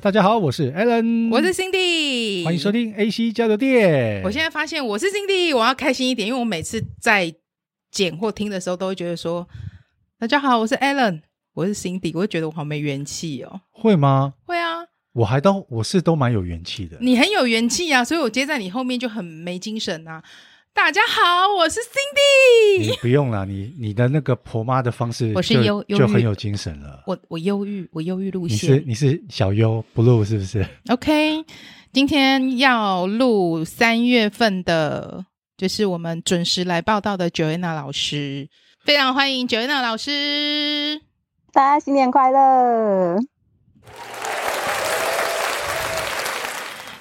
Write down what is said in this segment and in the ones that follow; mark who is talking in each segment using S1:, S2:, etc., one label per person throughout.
S1: 大家好，我是 Alan，
S2: 我是 Cindy，
S1: 嗯欢迎收。听 AC 交流店。
S2: 我现在发现我是 Cindy，我要开心一点，因为我每次在剪或听的时候，都会觉得说：“大家好，我是 Alan，我是 Cindy。”我会觉得我好没元气哦。
S1: 会吗？
S2: 会啊，
S1: 我还都我是都蛮有元气的。
S2: 你很有元气啊，所以我接在你后面就很没精神啊。大家好，我是 Cindy，
S1: 你不用啦，你你的那个婆妈的方式就，
S2: 我是忧忧郁
S1: 就很有精神了。
S2: 我我忧郁，我忧郁路
S1: 你是
S2: 线。
S1: 你是小优 blue 是不 是？
S2: OK，今天要录三月份的，就是我们准时来报道的 Joanna 老师，非常欢迎 Joanna 老师。
S3: 大家新年快乐！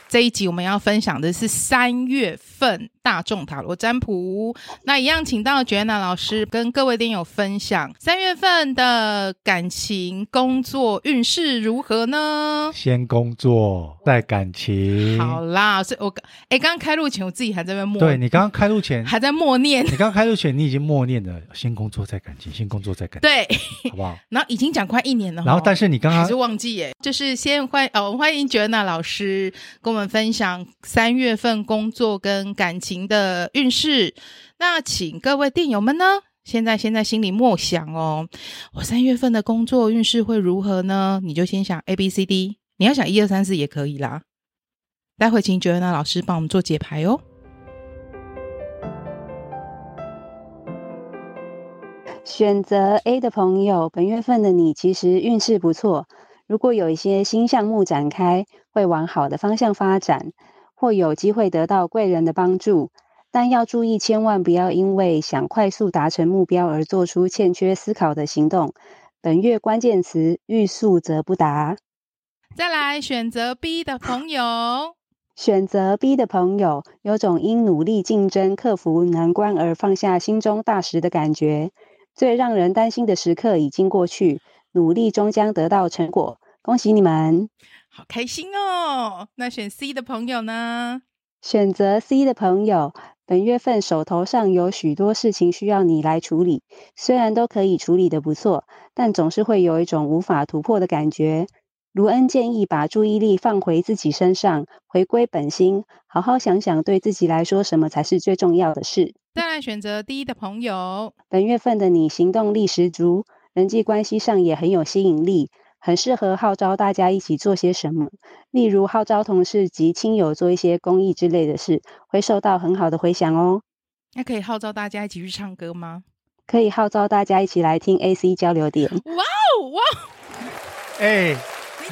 S2: 这一集我们要分享的是三月份大众塔罗占卜，那一样请到 Joanna 老师跟各位听友分享三月份的感情、工作运势如何呢？
S1: 先工作，再感情。
S2: 好啦，所以我刚哎，刚刚开录前我自己还在那边默，
S1: 嗯对你刚刚开录前，
S2: 还在默念，
S1: 你刚刚开录前，你已经默念了，先工作再感情，先工作再感情，
S2: 对，
S1: 好不好？
S2: 然后已经讲快一年了哦，
S1: 然后，但是你刚
S2: 还
S1: 刚
S2: 是忘记耶，就是先欢呃，我们欢迎 Joanna 老师跟我们分享三月份工作跟感情的运势。那请各位电友们呢，现在先在心里默想哦，我三月份的工作运势会如何呢？你就先想 A B C D，你要想一二三四也可以啦。待会请 Joanna 老师帮我们做解牌哦。
S3: 选择 A 的朋友，本月份的你其实运势不错。如果有一些新项目展开，会往好的方向发展，或有机会得到贵人的帮助。但要注意，千万不要因为想快速达成目标而做出欠缺思考的行动。本月关键词：欲速则不达。
S2: 再来选择 B 的朋友，
S3: 选择 B 的朋友，有种因努力竞争、克服难关而放下心中大石的感觉。最让人担心的时刻已经过去，努力终将得到成果。恭喜你们！
S2: 好开心哦。那选 C 的朋友呢？
S3: 选择 C 的朋友，本月份手头上有许多事情需要你来处理，虽然都可以处理的不错，但总是会有一种无法突破的感觉。卢恩建议把注意力放回自己身上，回归本心，好好想想对自己来说什么才是最重要的事。
S2: 再来选择 D 的朋友，
S3: 本月份的你行动力十足，人际关系上也很有吸引力，很适合号召大家一起做些什么，例如号召同事及亲友做一些公益之类的事，会受到很好的回响哦。
S2: 那可以号召大家一起去唱歌吗？
S3: 可以号召大家一起来听 AC 交流点。
S2: 哦哇，
S1: 哎、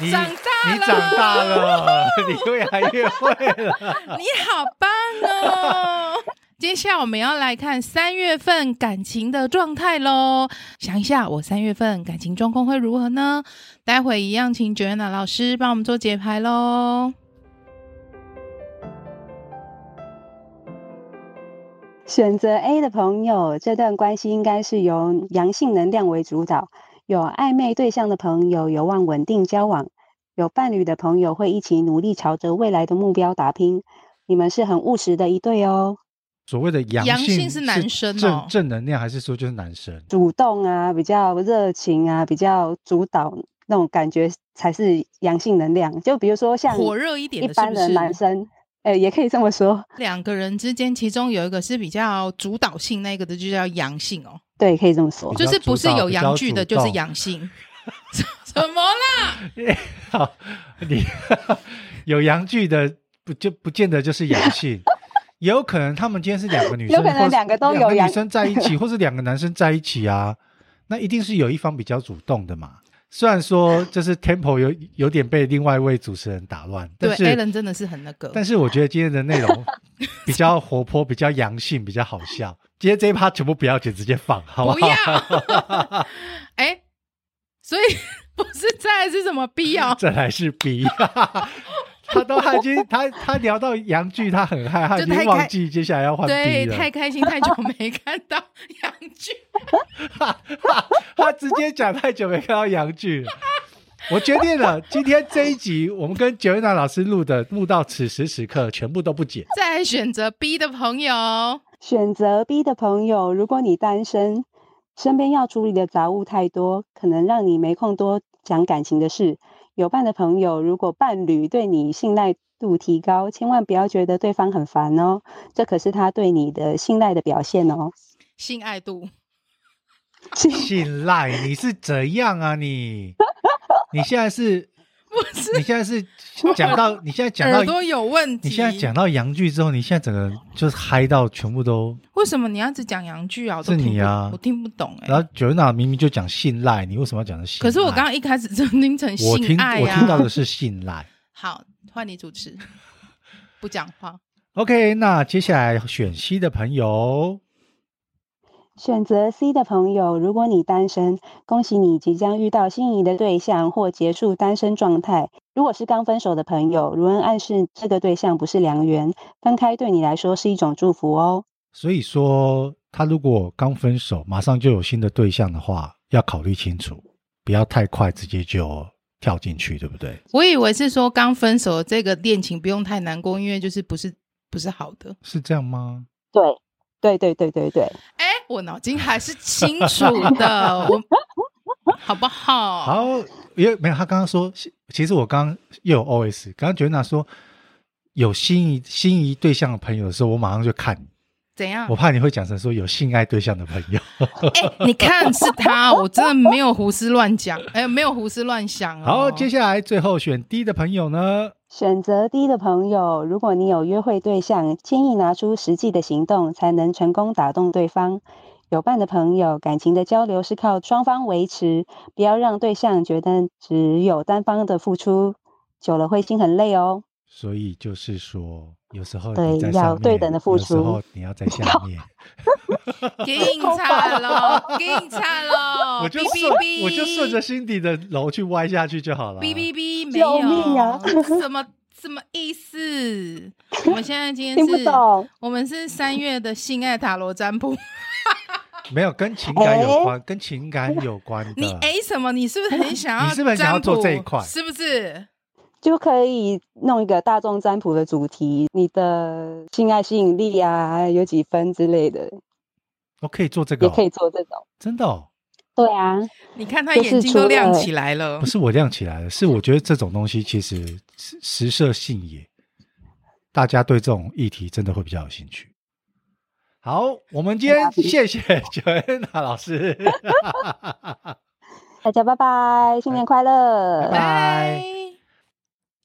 S2: 你长大了，
S1: 你长大，了， 你越来越会了。
S2: 你好棒哦！ 接下来我们要来看三月份感情的状态喽。想一下，我三月份感情状况会如何呢？待会一样，请 Joanna 老师帮我们做解牌喽。
S3: 选择 A 的朋友，这段关系应该是由阳性能量为主导，有暧昧对象的朋友有望稳定交往，有伴侣的朋友会一起努力朝着未来的目标打拼。你们是很务实的一对哦，
S1: 所谓的阳
S2: 阳性
S1: 性
S2: 是男生哦
S1: 正正能量，还是说就是男生？
S3: 主动啊，比较热情啊，比较主导那种感觉才是阳性能量。就比如说像
S2: 火热一点
S3: 一
S2: 的，是
S3: 般
S2: 不
S3: 的男
S2: 是？
S3: 生，呃，也可以这么说，
S2: 两个人之间，其中有一个是比较主导性，那个的就叫阳性哦，
S3: 对，可以这么说。
S1: 比较
S2: 就是不是
S1: 主导
S2: 有
S1: 比较
S2: 阳具的，
S1: 主
S2: 就
S1: 动
S2: 是阳性。 什么啦？
S1: 好，你 有阳具的不就不见得就是阳性， 也有可能他们今天是两个女生，
S3: 有可能
S1: 或是
S3: 两个都有
S1: 两
S3: 阳
S1: 女生在一 起，或是两个男生在一起啊，那一定是有一方比较主动的嘛。虽然说就是 tempo 有有点被另外一位主持人打乱，但
S2: 对，A
S1: 是
S2: 人真的是很那个。
S1: 但是我觉得今天的内 容比较活泼，比较阳性，比较好笑。今天这一趴全部不要剪，直接放，好不好？
S2: 不 要。哎、所以不是在是什么必要？
S1: 这才是 B。他都他已经他他聊到洋剧，他很害怕，
S2: 就
S1: 已经
S2: 太
S1: 忘
S2: 开
S1: 记接下来要换 B
S2: 对，
S1: 了。
S2: 太开心，太久没看到杨 剧，
S1: 他直接讲太久没看到洋剧了。我决定了，今天这一集我们跟九月娜老师录的，录到此时此刻全部都不剪。
S2: 再来选择 B 的朋友，
S3: 选择 B 的朋友，如果你单身，身边要处理的杂物太多，可能让你没空多讲感情的事。有伴的朋友，如果伴侣对你信赖度提高，千万不要觉得对方很烦哦，这可是他对你的信赖的表现哦。
S2: 性爱度，
S1: 信赖你是怎样啊你？你现在是，
S2: 不是
S1: 你现在是讲到，你现在讲到
S2: 耳，朵有问题。
S1: 你现在讲到洋剧之后，你现在整个就是嗨到全部都，
S2: 为什么你要只讲洋剧啊？我都
S1: 是
S2: 听
S1: 你
S2: 不
S1: 啊
S2: 我听不懂哎、
S1: 然后 Joanna 明明就讲信赖，你为什么要讲的信赖？
S2: 可是我刚刚一开始真听成
S1: 我听
S2: 性爱
S1: 我
S2: 啊。
S1: 听到的是信赖。
S2: 好，换你主持， 不讲话。
S1: OK，那接下来选 C 的朋友，
S3: 选择 C 的朋友，如果你单身，恭喜你即将遇到心仪的对象或结束单身状态。如果是刚分手的朋友，如恩暗示这个对象不是良缘，分开对你来说是一种祝福哦。
S1: 所以说他如果刚分手，马上就有新的对象的话，要考虑清楚，不要太快直接就跳进去，对不对？
S2: 我以为是说刚分手的这个恋情不用太难过，因为就是不是不是好的。
S1: 是这样吗？
S3: 对，对对对对对，
S2: 哎，我脑筋还是清楚的，我好不好？
S1: 好，因为没有他刚刚说，其其实我刚刚又有 OS，刚刚 Joanna 说有心仪心仪对象的朋友的时候，我马上就看你，
S2: 怎样
S1: 我？怕你会讲成说有性爱对象的朋友。
S2: 哎，你看是他，我真的没有胡思乱讲，哎，没有胡思乱想、哦。
S1: 好，接下来最后选 D 的朋友呢？
S3: 选择 D 的朋友，如果你有约会对象，建议拿出实际的行动，才能成功打动对方。有伴的朋友，感情的交流是靠双方维持，不要让对象觉得只有单方的付出，久了会心很累哦。
S1: 所以就是说，有时候
S3: 对
S1: 你在
S3: 要
S1: 上面，
S3: 对等地付出
S1: 有时候你要在 下面。
S2: 警察喽，警察喽，
S1: 我就
S2: 哦哔
S1: 顺
S2: 哔哔，
S1: 我就顺着心底的楼去歪下去就好了。
S2: 哔哔哔，没
S3: 救命啊
S2: 有，什么什么意思？我们现在今天
S3: 听不
S2: 是，
S3: 懂，
S2: 我们是三月的性爱塔罗占卜。
S1: 没有跟情感有关，跟情感有关的。
S2: 你哎什么？你是不是很想要？
S1: 啊你是不是很想要做这一块
S2: 是不是？
S3: 就可以弄一个大众占卜的主题，你的性爱吸引力啊，有几分之类的，
S1: 我可以做这个
S3: 也
S1: 哦、
S3: 可以做这种。
S1: 真的、哦，
S3: 对啊，
S2: 你看他
S3: 就是
S2: 眼睛都
S3: 除
S2: 亮
S3: 了
S2: 起来了
S1: 不。是我亮起来了，是我觉得这种东西其实实实设性也，大家对这种议题真的会比较有兴趣。好，我们今天谢谢 Joanna 老师，
S3: 大家拜拜，新年快乐！
S1: 哎拜拜。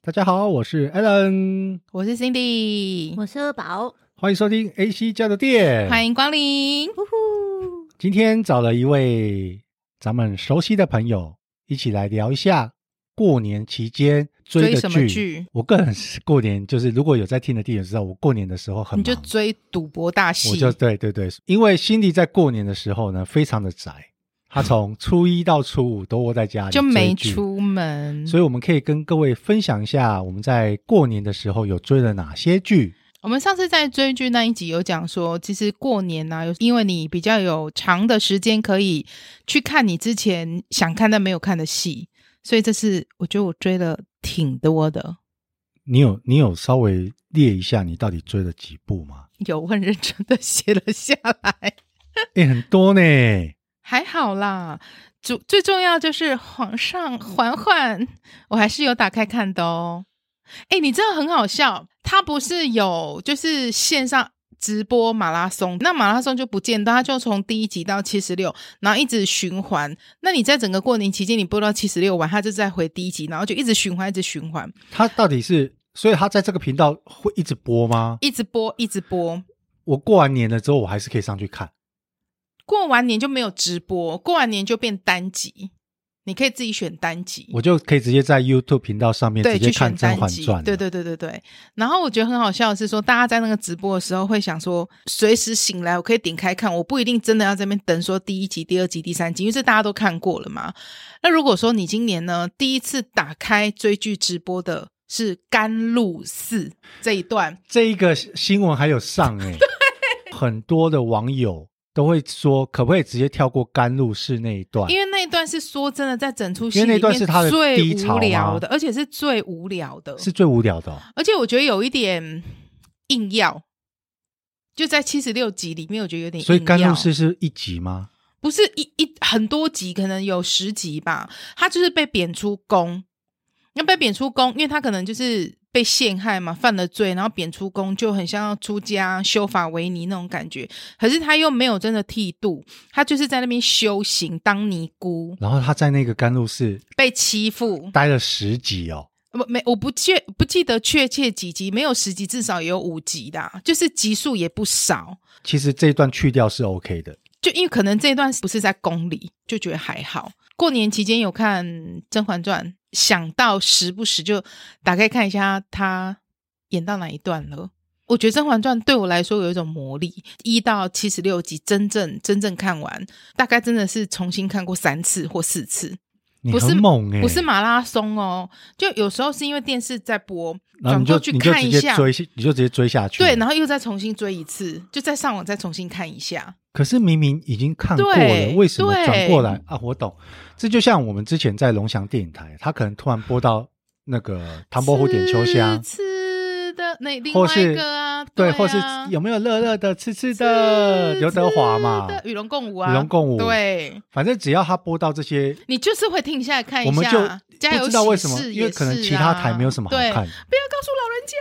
S1: 大家好，我是 Alan，
S2: 我是 Cindy，
S4: 我是二宝，
S1: 欢迎收听 AC 交流店，
S2: 欢迎光临。
S4: 呼呼，
S1: 今天找了一位咱们熟悉的朋友，一起来聊一下过年期间追
S2: 追
S1: 的
S2: 什么剧
S1: 我个人是过年，就是如果有在听的地友知道，我过年的时候很
S2: 你
S1: 忙，
S2: 就追赌博大
S1: 我
S2: 戏，
S1: 就对对对，因为辛迪在过年的时候呢，非常的宅，他从初一到初五都窝在家里，
S2: 就没。出嗯门。
S1: 所以我们可以跟各位分享一下，我们在过年的时候有追了哪些剧。
S2: 我们上次在追剧那一集有讲说，其实过年呐、有因为你比较有长的时间可以去看你之前想看但没有看的戏，所以这次我觉得我追了挺多的。
S1: 你有你有稍微列一下你到底追了几部吗？
S2: 有，我很认真的写了下来，
S1: 诶，很多呢。
S2: 还好啦。主最重要就是皇上嬛嬛，我还是有打开看的哦。哎，你真的很好笑，他不是有就是线上直播马拉松，那马拉松就不见到，他就从第一集到七十六，然后一直循环。那你在整个过年期间，你播到七十六完，他就再回第一集，然后就一直循环，一直循环，
S1: 他到底是，所以他在这个频道会一直播吗？
S2: 一直播，一直播。
S1: 我过完年了之后，我还是可以上去看。
S2: 过完年就没有直播，过完年就变单集，你可以自己选单集。
S1: 我就可以直接在 YouTube 频道上面
S2: 对，
S1: 直接
S2: 去
S1: 看
S2: 选
S1: 《甄
S2: 单
S1: 嬛
S2: 集
S1: 传》。
S2: 对，对对对对。然后我觉得很好笑的是说，大家在那个直播的时候会想说，随时醒来我可以点开看，我不一定真的要在那边等说第一集、第二集、第三集，因为这大家都看过了嘛。那如果说你今年呢第一次打开追剧直播的是甘露寺这一段，
S1: 这一个新闻还有上哎、 很多的网友都会说，可不可以直接跳过甘露寺那一段？
S2: 因为那一段是说真的在整出戏
S1: 因为那
S2: 里
S1: 一段
S2: 面
S1: 是他的
S2: 最
S1: 低潮
S2: 无聊
S1: 吗
S2: 的，而且是最无聊的，
S1: 是最无聊的哦、
S2: 而且我觉得有一点硬要。就在七十六集里面，我觉得有点硬要。
S1: 所以甘露寺是一集吗？
S2: 不是一一很多集，可能有十集吧。他就是被贬出宫，那被贬出宫，因为他可能就是被陷害嘛，犯了罪，然后贬出宫，就很像要出家修法为尼那种感觉。可是他又没有真的剃度，他就是在那边修行当尼姑，
S1: 然后他在那个甘露寺
S2: 被欺负。
S1: 待了十集哦，
S2: 不没，我不确不记得确切几集，没有十集，至少也有五集的啊，就是集数也不少。
S1: 其实这一段去掉是 OK 的。
S2: 就因为可能这一段不是在宫里，就觉得还好。过年期间有看《甄嬛传》，想到时不时就打开看一下他演到哪一段了。我觉得《甄嬛传》对我来说有一种魔力，一到七十六集真正真正看完，大概真的是重新看过三次或四次，
S1: 你
S2: 不是
S1: 很猛哎、
S2: 不是马拉松哦。就有时候是因为电视在播，
S1: 然后
S2: 转
S1: 你就
S2: 过去
S1: 你就
S2: 看
S1: 直
S2: 一
S1: 接
S2: 下，
S1: 追，你就直接追下去。
S2: 对，然后又再重新追一次，就再上网再重新看一下。
S1: 可是明明已经看过了，
S2: 对
S1: 为什么转
S2: 对
S1: 过来啊？我懂，这就像我们之前在龙翔电影台，他可能突然播到那个《唐伯虎点秋香》
S2: 吃吃的那另
S1: 或
S2: 外一
S1: 是
S2: 个啊，
S1: 对，
S2: 啊
S1: 或是有没有乐乐的、吃吃的
S2: 吃
S1: 刘德华嘛
S2: 吃，的与龙共舞啊，
S1: 与龙共舞
S2: 对
S1: 反正只要他播到这些，
S2: 你就是会停下来看一下，
S1: 我们就
S2: 加
S1: 不
S2: 油
S1: 知道为什么
S2: 喜，事
S1: 因为
S2: 也
S1: 可能
S2: 是
S1: 其他
S2: 啊
S1: 台没有什么好
S2: 对
S1: 看，
S2: 不要告诉老人家，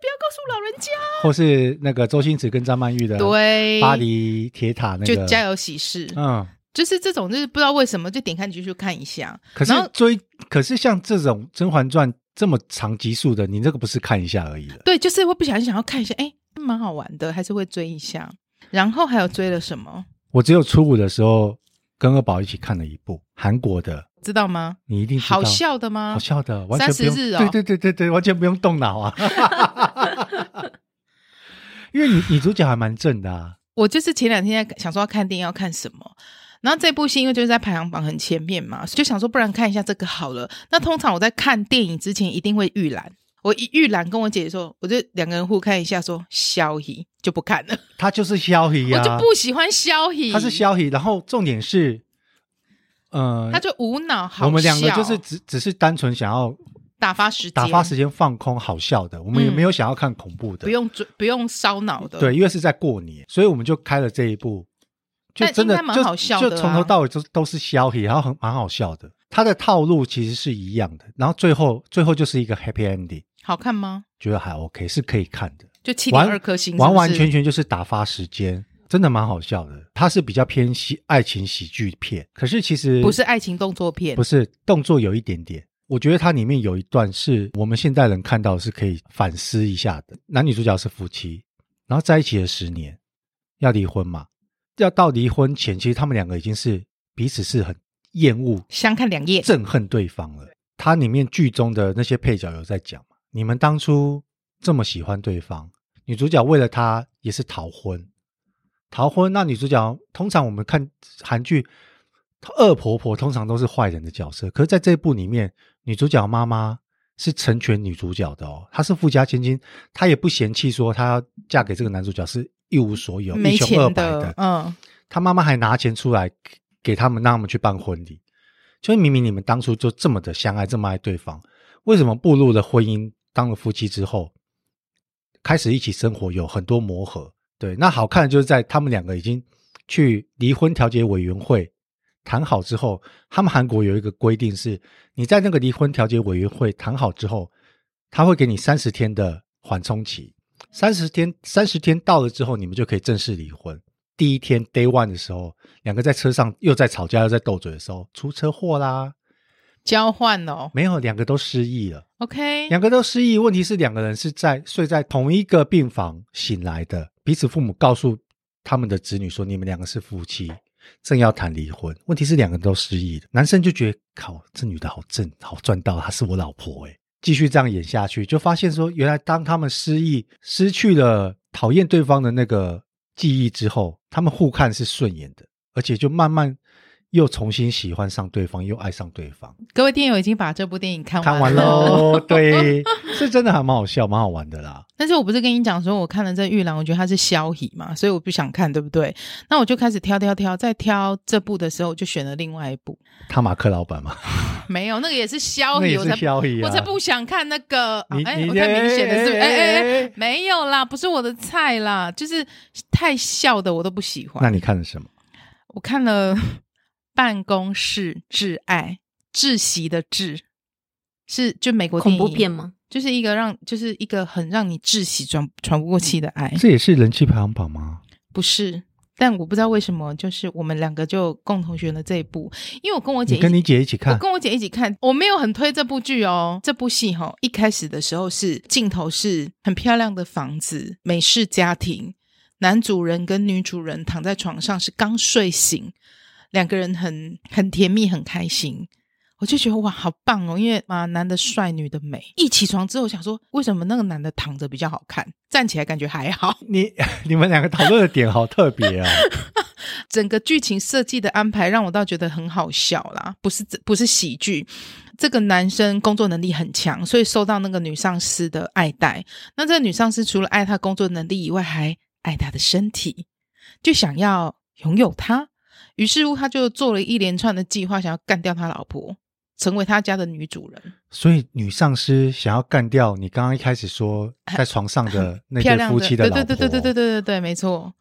S2: 不要告诉老人家，
S1: 或是那个周星驰跟张曼玉的《
S2: 对，
S1: 啊巴黎铁塔》那
S2: 就
S1: 个，
S2: 加油喜事，
S1: 嗯。
S2: 就是这种，就是不知道为什么就点开你就去看一下，
S1: 可是
S2: 然后
S1: 追，可是像这种《甄嬛传》这么长集数的，你这个不是看一下而已了。
S2: 对，就是会不小心想要看一下，哎，蛮好玩的，还是会追一下。然后还有追了什么，
S1: 我只有初五的时候跟二宝一起看了一部韩国的，
S2: 知道吗？
S1: 你一定知道
S2: 好笑的吗？
S1: 好笑的，完全不用
S2: 30日哦
S1: 对对对对对，完全不用动脑 啊，因为女女主角还蛮正的啊，
S2: 我就是前两天在想说要看电影要看什么，然后这部戏因为就是在排行榜很前面嘛，就想说不然看一下这个好了。那通常我在看电影之前一定会预览，我一预览跟我姐姐说，我就两个人互看一下说消息就不看了，
S1: 她就是萧희呀、
S2: 我就不喜欢消息，
S1: 她是，萧희，然后重点是，呃，
S2: 他就无脑好笑，
S1: 我们两个就是只只是单纯想要
S2: 打发时间，
S1: 打发时间放空好笑的，我们也
S2: 嗯
S1: 没有想要看恐怖的，
S2: 不用追不用烧脑的，
S1: 对，因为是在过年，所以我们就开了这一部，就
S2: 但
S1: 真的
S2: 应该蛮
S1: 就
S2: 好笑
S1: 就
S2: 的
S1: 从头
S2: 啊
S1: 到尾都都是消息，然后很蛮好笑的。它的套路其实是一样的，然后最后最后就是一个 happy ending，
S2: 好看吗？
S1: 觉得还 OK，是可以看的，
S2: 就七点
S1: 完
S2: 二颗星
S1: 完完全
S2: 全
S1: 全就是打发时间，真的蛮好笑的。它是比较偏喜爱情喜剧片，可是其实
S2: 不是爱情动作片
S1: 不，是动作有一点点。我觉得它里面有一段是我们现代人看到是可以反思一下的。男女主角是夫妻，然后在一起了十年，要离婚嘛？要到离婚前，其实他们两个已经是彼此是很厌恶、
S2: 相看两厌，
S1: 憎恨对方了。它里面剧中的那些配角有在讲嘛？你们当初这么喜欢对方，女主角为了他也是逃婚，逃婚。那女主角通常我们看韩剧，恶婆婆通常都是坏人的角色，可是在这部里面，女主角妈妈是成全女主角的哦，她是富家千金，她也不嫌弃说她要嫁给这个男主角是一无所有、
S2: 没
S1: 一穷二
S2: 钱
S1: 白
S2: 的，嗯，
S1: 他妈妈还拿钱出来给给他们，让他们去办婚礼。就是明明你们当初就这么的相爱，这么爱对方，为什么步入了婚姻，当了夫妻之后，开始一起生活，有很多磨合？对，那好看的就是在他们两个已经去离婚调解委员会谈好之后，他们韩国有一个规定是，你在那个离婚调解委员会谈好之后，他会给你三十天的缓冲期，三十天三十天到了之后，你们就可以正式离婚。第一天 day one 的时候，两个在车上又在吵架又在斗嘴的时候，出车祸啦，
S2: 交换哦
S1: 没有，两个都失忆了，
S2: ，OK，
S1: 两个都失忆。问题是两个人是在睡在同一个病房醒来的，彼此父母告诉他们的子女说，你们两个是夫妻，正要谈离婚。问题是两个人都失忆了，男生就觉得靠，这女的好正，好赚到，她是我老婆诶、继续这样演下去，就发现说，原来当他们失忆、失去了讨厌对方的那个记忆之后，他们互看是顺眼的，而且就慢慢又重新喜欢上对方，又爱上对方。
S2: 各位电友已经把这部电影看
S1: 看
S2: 完
S1: 完喽，对，是真的还蛮好笑，蛮好玩的 啦。
S2: 但是我不是跟你讲说，我看了这玉兰，我觉得它是消息嘛，所以我不想看，对不对？那我就开始挑挑挑，在挑这部的时候，我就选了另外一部，
S1: 他马克老板嘛，
S2: 没有那个也是消
S1: 那
S2: 息，
S1: 也
S2: 我
S1: 是
S2: 才、
S1: 消息啊。
S2: 我才不想看那个，啊
S1: 你
S2: 哎、
S1: 你
S2: 我太明显的是，哎哎哎，
S1: 哎，
S2: 没有啦，不是我的菜啦，就是太笑的我都不喜欢。
S1: 那你看了什么？
S2: 我看了《办公室挚爱》，窒息的窒，是就美国
S4: 恐怖
S2: 电影
S4: 片吗？
S2: 就是一个让就是一个很让你窒息转喘不过气的爱，
S1: 这也是人气排行榜吗？
S2: 不是。但我不知道为什么，就是我们两个就共同选了这一部，因为我跟我姐
S1: 你
S2: 一起
S1: 跟你姐一起
S2: 我
S1: 看，
S2: 跟我姐一起看，我没有很推这部剧哦。这部戏哈、一开始的时候是镜头是很漂亮的房子，美式家庭，男主人跟女主人躺在床上是刚睡醒，两个人很很甜蜜，很开心。我就觉得哇，好棒哦！因为啊，男的帅，女的美。一起床之后想说，为什么那个男的躺着比较好看，站起来感觉还好？
S1: 你 你们两个讨论的点好特 别啊！
S2: 整个剧情设计的安排让我倒觉得很好笑啦，不是不是喜剧。这个男生工作能力很强，所以受到那个女上司的爱戴。那这个女上司除了爱他工作能力以外，还爱他的身体，就想要拥有他。于是乎，他就做了一连串的计划，想要干掉他老婆，成为他家的女主人。
S1: 所以女上司想要干掉你刚刚一开始说在床上的那
S2: 漂
S1: 对
S2: 亮
S1: 夫妻的老
S2: 对
S1: 婆，
S2: 对对对对对对对，没错。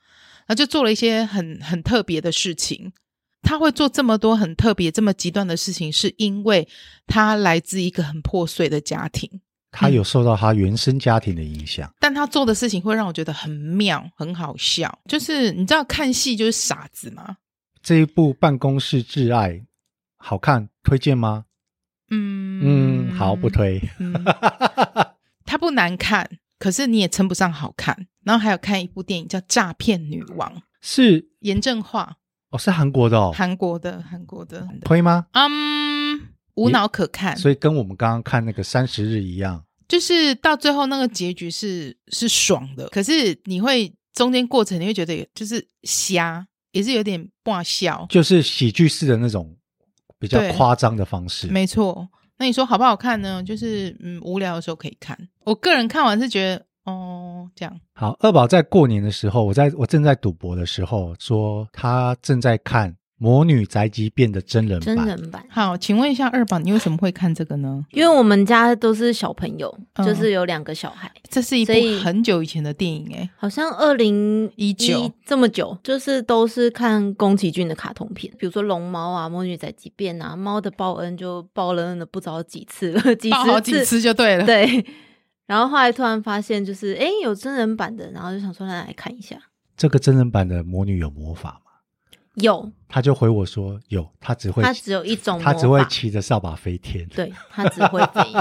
S2: 然后就做了一些很很特别的事情。他会做这么多很特别、这么极端的事情，是因为他来自一个很破碎的家庭，
S1: 她有受到她原生家庭的影响。
S2: 但他做的事情会让我觉得很妙、很好笑。就是你知道，看戏就是傻子吗？
S1: 这一部《办公室挚爱》好看，推荐吗？
S2: 嗯
S1: 嗯，好，不。推。
S2: 嗯，它不难看，可是你也称不上好看。然后还有看一部电影叫《诈骗女王》，
S1: 是
S2: 严正化，
S1: 哦，是韩国的哦，
S2: 韩国的，韩国的。
S1: 推吗？
S2: 嗯，无脑可看，
S1: 所以跟我们刚刚看那个三十日一样，
S2: 就是到最后那个结局是是爽的，可是你会中间过程你会觉得就是瞎，也是有点挂笑，
S1: 就是喜剧式的那种比较
S2: 对
S1: 夸张的方式。
S2: 没错。那你说好不好看呢？就是嗯，无聊的时候可以看。我个人看完是觉得哦，这样
S1: 好，二宝在过年的时候，我在我正在赌博的时候说，他正在看《魔女宅急便》的真人版。
S4: 真人版。
S2: 好。请问一下二宝，你为什么会看这个呢？
S4: 因为我们家都是小朋友，
S2: 嗯
S4: 就是有两个小孩，
S2: 这是一部
S4: 所以
S2: 很久以前的电影哎、
S4: 好像二零
S2: 19
S4: 这么久，就是都是看宫崎骏的卡通片，比如说《龙猫》啊，《魔女宅急便》啊，《猫的报恩》就报恩了不知道几次了， 几
S2: 报
S4: 十
S2: 好几次就对了。
S4: 对。然后后来突然发现，就是哎、诶有真人版的，然后就想说那来看一下。
S1: 这个真人版的魔女有魔法吗？
S4: 有，
S1: 他就回我说有，他只会
S4: 它只有一种
S1: 他只
S4: 魔
S1: 会
S4: 法
S1: 骑着扫把飞天。
S4: 对，它只会飞。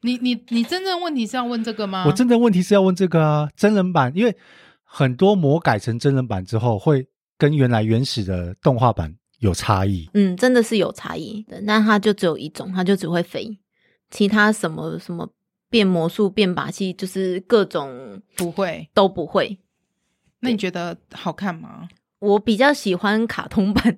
S2: 你你你真正问题是要问这个吗？
S1: 我真的问题是要问这个啊，真人版，因为很多魔改成真人版之后，会跟原来原始的动画版有差异。
S4: 嗯，真的是有差异的，但它就只有一种，它就只会飞，其他什么什么变魔术、变把戏，就是各种
S2: 不会。
S4: 都不会。
S2: 那你觉得好看吗？
S4: 我比较喜欢卡通版、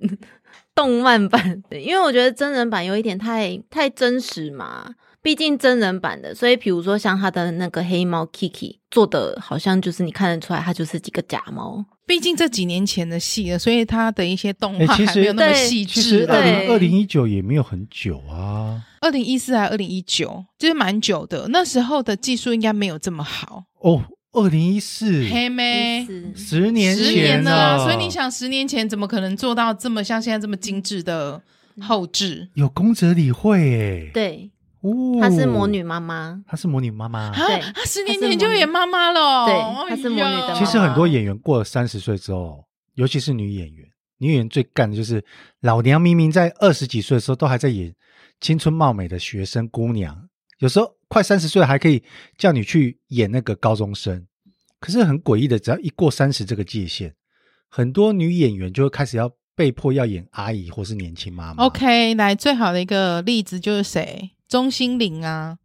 S4: 动漫版，对，因为我觉得真人版有一点太太真实嘛。毕竟真人版的，所以比如说像他的那个黑猫 Kiki 做的，好像就是你看得出来，它就是几个假猫。
S2: 毕竟这几年前的戏了，所以它的一些动
S1: 诶
S2: 画
S1: 其实
S2: 还没有那么细
S1: 其实
S2: 致。
S1: 二
S4: 对
S1: 零二零一九也没有很久啊。
S2: 二零一四还二零一九，就是蛮久的。那时候的技术应该没有这么好，
S1: 哦，二零一四，
S4: 嗯
S2: 嘿妹，
S4: 就是
S1: 十年
S2: 十
S1: 前
S2: 年了啊、
S1: 了
S2: 所以你想，十年前怎么可能做到这么像现在这么精致的后置？
S1: 有宫泽理惠诶，，
S4: 对，
S1: 哦，
S4: 她是魔女，妈妈，
S1: 她是魔女妈妈。
S2: 啊，
S4: 嗯对
S2: 她十年前就演妈妈了，
S4: 对
S2: 哎呦
S4: 她是魔女的妈妈
S1: 其实很多演员过了三十岁之后，尤其是女演员，女演员最干的就是老娘明明在二十几岁的时候都还在演青春貌美的学生姑娘，有时候快三十岁了还可以叫你去演那个高中生。可是很诡异的，只要一过三十这个界限，很多女演员就会开始要被迫要演阿姨或是年轻
S2: 哦
S1: 妈妈。
S2: OK，来最好的一个例子就是谁？钟欣凌啊，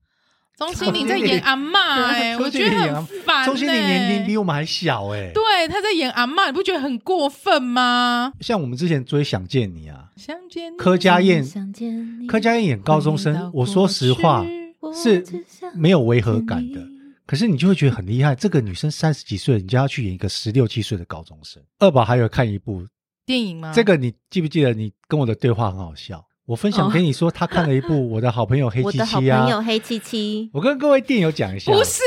S2: 钟欣凌在演 阿嬷，哎、我
S1: 钟欣
S2: 觉
S1: 凌
S2: 得
S1: 演阿
S2: 很烦、欸。
S1: 钟欣凌年龄比我们还小哎、
S2: 对，啊他在演阿嬷，你不觉得很过分吗？
S1: 像我们之前追《想见你》啊，
S2: 相见你
S1: 柯佳燕，
S4: 想见你
S1: 柯佳燕演高中
S2: 回到
S1: 生，
S2: 过
S1: 我说实话
S2: 去
S4: 我
S1: 是
S4: 只想
S1: 没有违和感的
S4: 见。你
S1: 可是你就会觉得很厉害，这个女生三十几岁，人家要去演一个十六七岁的高中生。二宝还有看一部，
S2: 电影吗？
S1: 这个你记不记得？你跟我的对话很好笑，我分享给你说，他看了一部《我的好朋友黑
S4: 我
S1: 漆
S4: 的好
S1: 漆》
S4: 朋友
S1: 啊。
S4: 黑漆漆，
S1: 我跟各位电友讲一下，
S2: 不是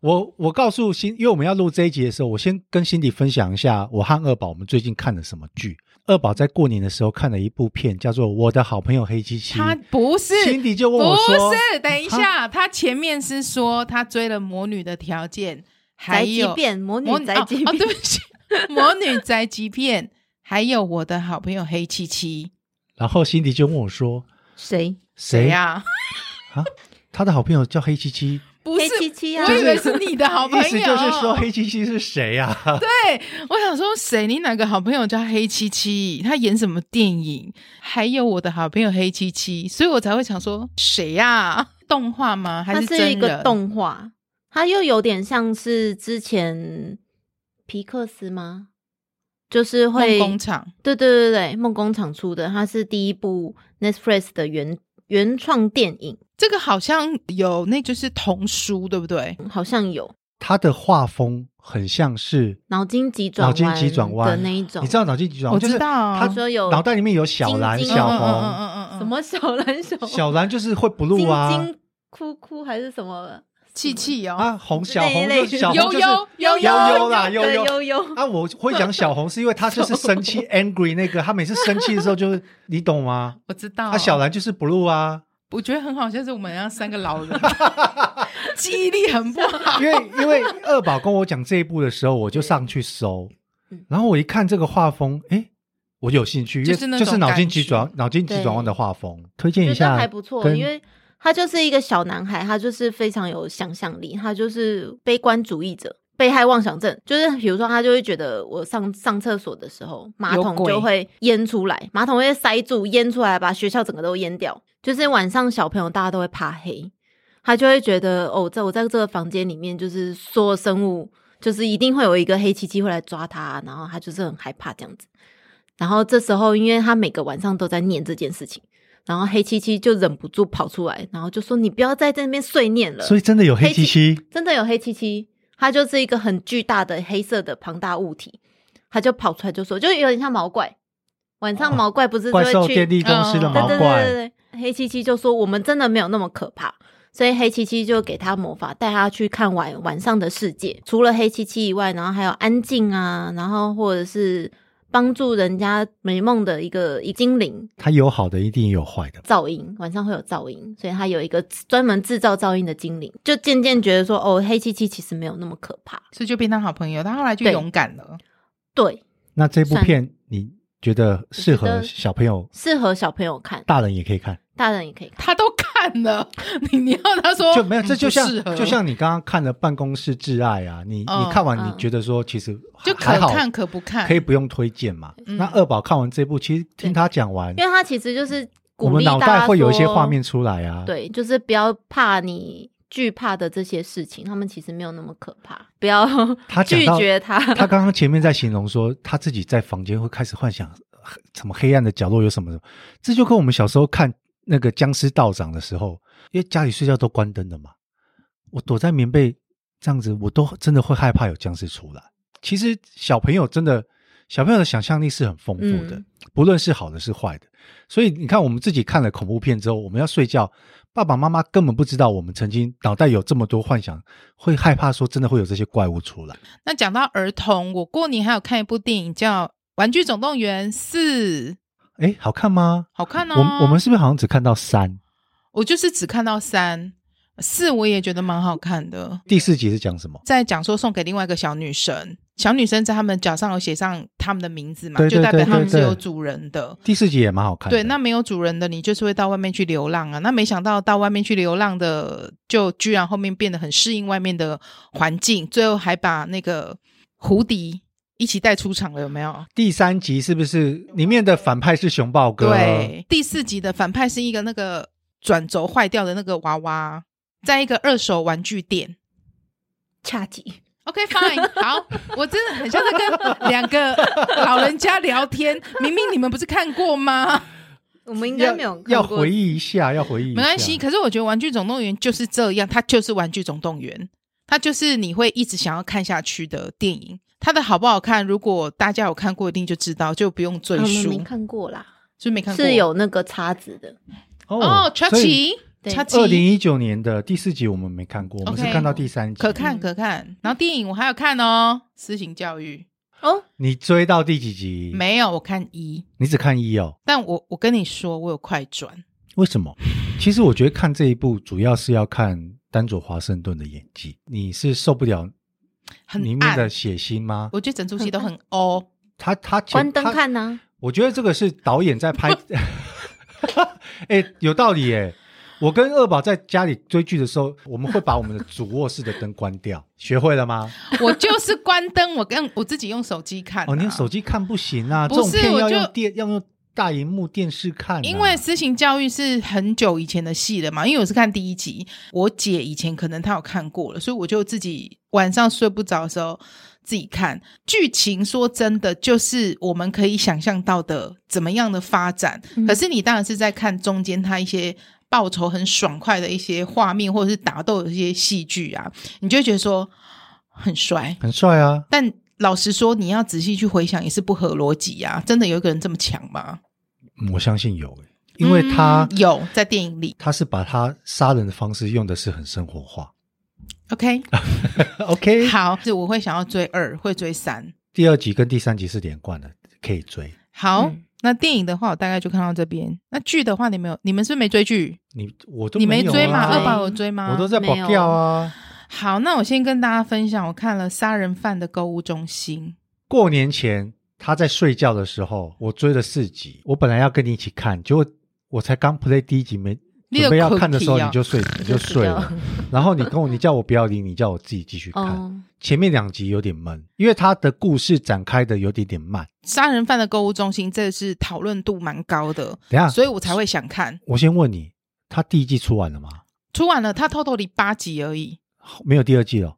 S1: 我我告诉辛，因为我们要录这一集的时候，我先跟辛迪分享一下我和二宝我们最近看了什么剧。二宝在过年的时候看了一部片，叫做《我的好朋友黑漆漆》，
S2: 他不是
S1: 心底就问我说
S2: 不是，等一下，他前面是说他追了魔女的条件，还
S4: 宅急
S2: 有
S4: 便，魔女啊
S2: 魔
S4: 宅急
S2: 哦哦，对
S4: 便，
S2: 不起， 魔女宅急便，还有我的好朋友黑漆漆，
S1: 然后辛迪就问我说
S4: 谁？
S1: 谁
S2: 呀、
S1: 啊？他的好朋友叫黑漆漆，
S2: 不是
S4: 黑漆漆啊
S2: 我以为是你的好朋
S1: 意
S2: 友，
S1: 思就是说黑漆漆是谁呀、啊？
S2: 对，我想说谁？你哪个好朋友叫黑漆漆？他演什么电影？还有我的好朋友黑漆漆，所以我才会想说谁呀、动画吗？还
S4: 它
S2: 真人？
S4: 是一个动画，它又有点像是之前皮克斯吗？就是会
S2: 梦工厂。
S4: 对对对对，梦工厂出的，它是第一部 Netflix 的原原创电影，
S2: 这个好像有，那就是童书，对不对？
S4: 好像有
S1: 他的画风很像是
S4: 脑筋急转
S1: 脑
S4: 弯
S1: 筋急转弯
S4: 的那一种，
S1: 你知道脑筋急转弯？
S2: 我知道啊
S1: 就是他
S4: 说有
S1: 脑袋里面有小蓝、
S4: 晶晶
S1: 小
S4: 嗯
S1: 红，
S2: 嗯
S4: 什么小 蓝小
S1: 小蓝就是会 blue 啊
S4: 金金哭哭还是什么
S2: 气气哦？
S1: 啊，红小
S4: 那一
S1: 红
S4: 类
S1: 就是小红
S2: 悠
S1: 就是
S2: 悠
S1: 悠
S2: 悠
S1: 悠
S2: 悠，
S1: 啦悠
S4: 对
S1: 悠
S4: 悠悠
S1: 啊，我会讲小红是因为她就是生气 angry 那个，她每次生气的时候就是你懂吗？
S2: 我知道。
S1: 啊，小，蓝就是 blue 啊，
S2: 我觉得很好，像是我们要三个 老人，记忆力很不好。
S1: 因为因为二宝跟我讲这一部的时候，我就上去搜
S4: 嗯，
S1: 然后我一看这个画风，诶，我有兴趣，因为
S2: 就是那
S1: 就是
S2: 种
S1: 脑筋
S2: 感
S1: 急转
S2: 觉
S1: 脑筋急转弯的画风，推荐一
S4: 觉得
S1: 下，
S4: 还不错，
S1: 跟
S4: 因为他就是一个小男孩，他就是非常有想象力，他就是悲观主义者。被害妄想症就是，比如说他就会觉得我上上厕所的时候，马
S2: 有
S4: 桶
S2: 鬼
S4: 就会淹出来，马桶会塞住，淹出来把学校整个都淹掉。就是晚上小朋友大家都会怕黑，他就会觉得哦，在我在这个房间里面，就是所有生物就是一定会有一个黑漆漆会来抓他，然后他就是很害怕这样子。然后这时候，因为他每个晚上都在念这件事情，然后黑漆漆就忍不住跑出来，然后就说：“你不要再在那边碎念了。”
S1: 所以真的有黑
S4: 黑
S1: 漆
S4: 漆
S1: 漆，
S4: 真的有黑漆漆，它就是一个很巨大的黑色的庞大物体，它就跑出来就说，就有点像毛怪。晚上
S1: 哦
S4: 毛怪不是
S1: 怪
S4: 会
S1: 兽
S4: 去
S1: 电力公司的
S2: 嗯
S1: 毛
S4: 对对对
S1: 怪，
S4: 对对，黑漆漆就说我们真的没有那么可怕，所以黑漆漆就给他魔法，带他去看晚晚上的世界。除了黑漆漆以外，然后还有安静啊，然后或者是帮助人家美梦的一个一精灵
S1: 它有好的一定也有坏的。
S4: 噪音，晚上会有噪音，所以他有一个专门制造噪音的精灵，就渐渐觉得说哦，黑漆漆其实没有那么可怕。
S2: 所以就变成好朋友，他后来就
S4: 对
S2: 勇敢了。
S4: 对，
S1: 那这部
S4: 算
S1: 片你觉得适
S4: 我觉
S1: 合
S4: 得
S1: 小朋友、
S4: 适合小朋友看，
S1: 大人也可以看？
S4: 大人也可以看。
S2: 他都看了， 你你要他说
S1: 就没有，这
S2: 嗯
S1: 就
S2: 不
S1: 像
S2: 适合
S1: 就像你刚刚看的《办公室挚爱》啊，你你
S2: 嗯
S1: 看完你
S4: 嗯
S1: 觉得说其实
S2: 就可
S1: 还好，
S2: 看可不看，
S1: 可以不用推荐嘛。
S2: 嗯
S1: 那二宝看完这部，其实听他讲完
S4: 因，为他其实就是
S1: 我
S4: 鼓
S1: 们
S4: 励
S1: 脑
S4: 大
S1: 袋
S4: 家
S1: 会有一些
S4: 说
S1: 画面出来啊。，
S4: 对，就是不要怕你惧怕的这些事情，他们其实没有那么可怕。不要
S1: 他讲
S4: 拒
S1: 到
S4: 绝他，
S1: 他刚刚前面在形容说他自己在房间会开始幻想呃什么黑暗的角落有什么什么，这就跟我们小时候看那个僵尸道长的时候，因为家里睡觉都关灯的嘛，我躲在棉被这样子，我都真的会害怕有僵尸出来。其实小朋友真的，小朋友的想象力是很丰富的，
S4: 嗯
S1: 不论是好的是坏的。所以你看，我们自己看了恐怖片之后，我们要睡觉，爸爸妈妈根本不知道我们曾经脑袋有这么多幻想，会害怕说真的会有这些怪物出来。
S2: 那讲到儿童，我过年还有看一部电影叫《玩具总动员四》，
S1: 哎，好看吗？
S2: 好看哦。
S1: 我们我们是不是好像只看到三？
S2: 我就是只看到三，四我也觉得蛮好看的。
S1: 第四集是讲什么？
S2: 在讲说送给另外一个小女生，小女生在他们脚上有写上他们的名字嘛，
S1: 对对
S2: 就代表他们是
S1: 对对对
S2: 有主人的。
S1: 第四集也蛮好看的。
S2: 对，那没有主人的你就是会到外面去流浪啊。那没想到到外面去流浪的，就居然后面变得很适应外面的环境，最后还把那个胡迪一起带出场了，有没有？
S1: 第三集是不是里面的反派是熊抱哥？，
S2: 对，第四集的反派是一个那个转轴坏掉的那个娃娃，在一个二手玩具店。
S4: 恰吉
S2: OK fine，好，我真的很像在跟两个老人家聊天。明明你们不是看过吗？
S4: 我们应该
S1: 要
S4: 没有看
S1: 要
S4: 过
S1: 回忆一下，要回忆一下。
S2: 没关系，可是我觉得《玩具总动员》就是这样，它就是《玩具总动员》，它就是你会一直想要看下去的电影。它的好不好看，如果大家有看过，一定就知道，就不用赘
S4: 啊我们
S2: 述。
S4: 没看过啦，
S2: 就没看过
S4: 是有那个叉子的，
S2: 哦，查奇，
S4: 对
S2: 查奇，
S1: 二零一九年的第四集我们没看过，我们是
S2: OK
S1: 看到第三集。
S2: 可看
S4: 嗯
S2: 可看。然后电影我还有看哦，《私刑教育》
S4: 哦，
S1: 你追到第几集？，
S2: 没有，我看一，
S1: 你只看一哦。
S2: 但我我跟你说，我有快转，
S1: 为什么？其实我觉得看这一部主要是要看丹佐华盛顿的演技。你是受不了
S2: 很
S1: 里面
S2: 暗
S1: 的血腥吗？
S2: 我觉得整出戏都很 哦欧。
S1: 他他前
S4: 关灯
S1: 他
S4: 看呢、
S1: 我觉得这个是导演在拍，哎、有道理哎、我跟二宝在家里追剧的时候，我们会把我们的主卧室的灯关掉，学会了吗？
S2: 我就是关灯，我跟我自己用手机看、啊
S1: 哦，你用手
S2: 机、
S1: 机看不行啊，这
S2: 不
S1: 种
S2: 是
S1: 片要
S2: 我就
S1: 用电，要用大荧幕电视看啊、
S2: 因为私刑教育是很久以前的戏了嘛，因为我是看第一集，我姐以前可能她有看过了，所以我就自己晚上睡不着的时候自己看剧情。说真的，就是我们可以想象到的怎么样的发展，
S4: 嗯
S2: 可是你当然是在看中间它一些。报仇很爽快的一些画面，或者是打斗的一些戏剧啊，你就会觉得说很帅，
S1: 很帅啊，
S2: 但老实说，你要仔细去回想，也是不合逻辑呀、真的有一个人这么强吗？
S1: 嗯我相信有、欸，因为他、
S2: 嗯有在电影里
S1: 他是把他杀人的方式用的是很生活化。
S2: ，OK，
S1: OK，
S2: 好，是我会想要追二，会追三。
S1: 第二集跟第三集是连贯的，可以追。
S2: 好，
S4: 嗯
S2: 那电影的话，我大概就看到这边。那剧的话，你没有，你们是不是没追剧？
S1: 你我都
S2: 你
S1: 没
S2: 没
S1: 有
S2: 追吗？
S1: 啊
S2: 二宝有追吗？
S1: 我都在
S4: 没有
S1: 保掉啊。
S2: 好，那我先跟大家分享，我看了《杀人犯的购物中心
S1: 过年前他在睡觉的时候，我追了四集。我本来要跟你一起看，结果我才刚 play 第一集没
S2: 你有
S1: 准备要看的时候，
S2: cookie 哦
S1: 你就 睡你就睡了。然后你跟我你叫我不要理你，叫我自己继续看。
S4: 哦，
S1: 前面两集有点闷，因为他的故事展开的有点点慢。》。
S2: 杀人犯的购物中心，这是讨论度蛮高的，
S1: 等一下，
S2: 所以我才会想看。
S1: 我先问你，他第一季出完了吗？
S2: 出完了，他偷偷里八集而已，
S1: 没有第二季了，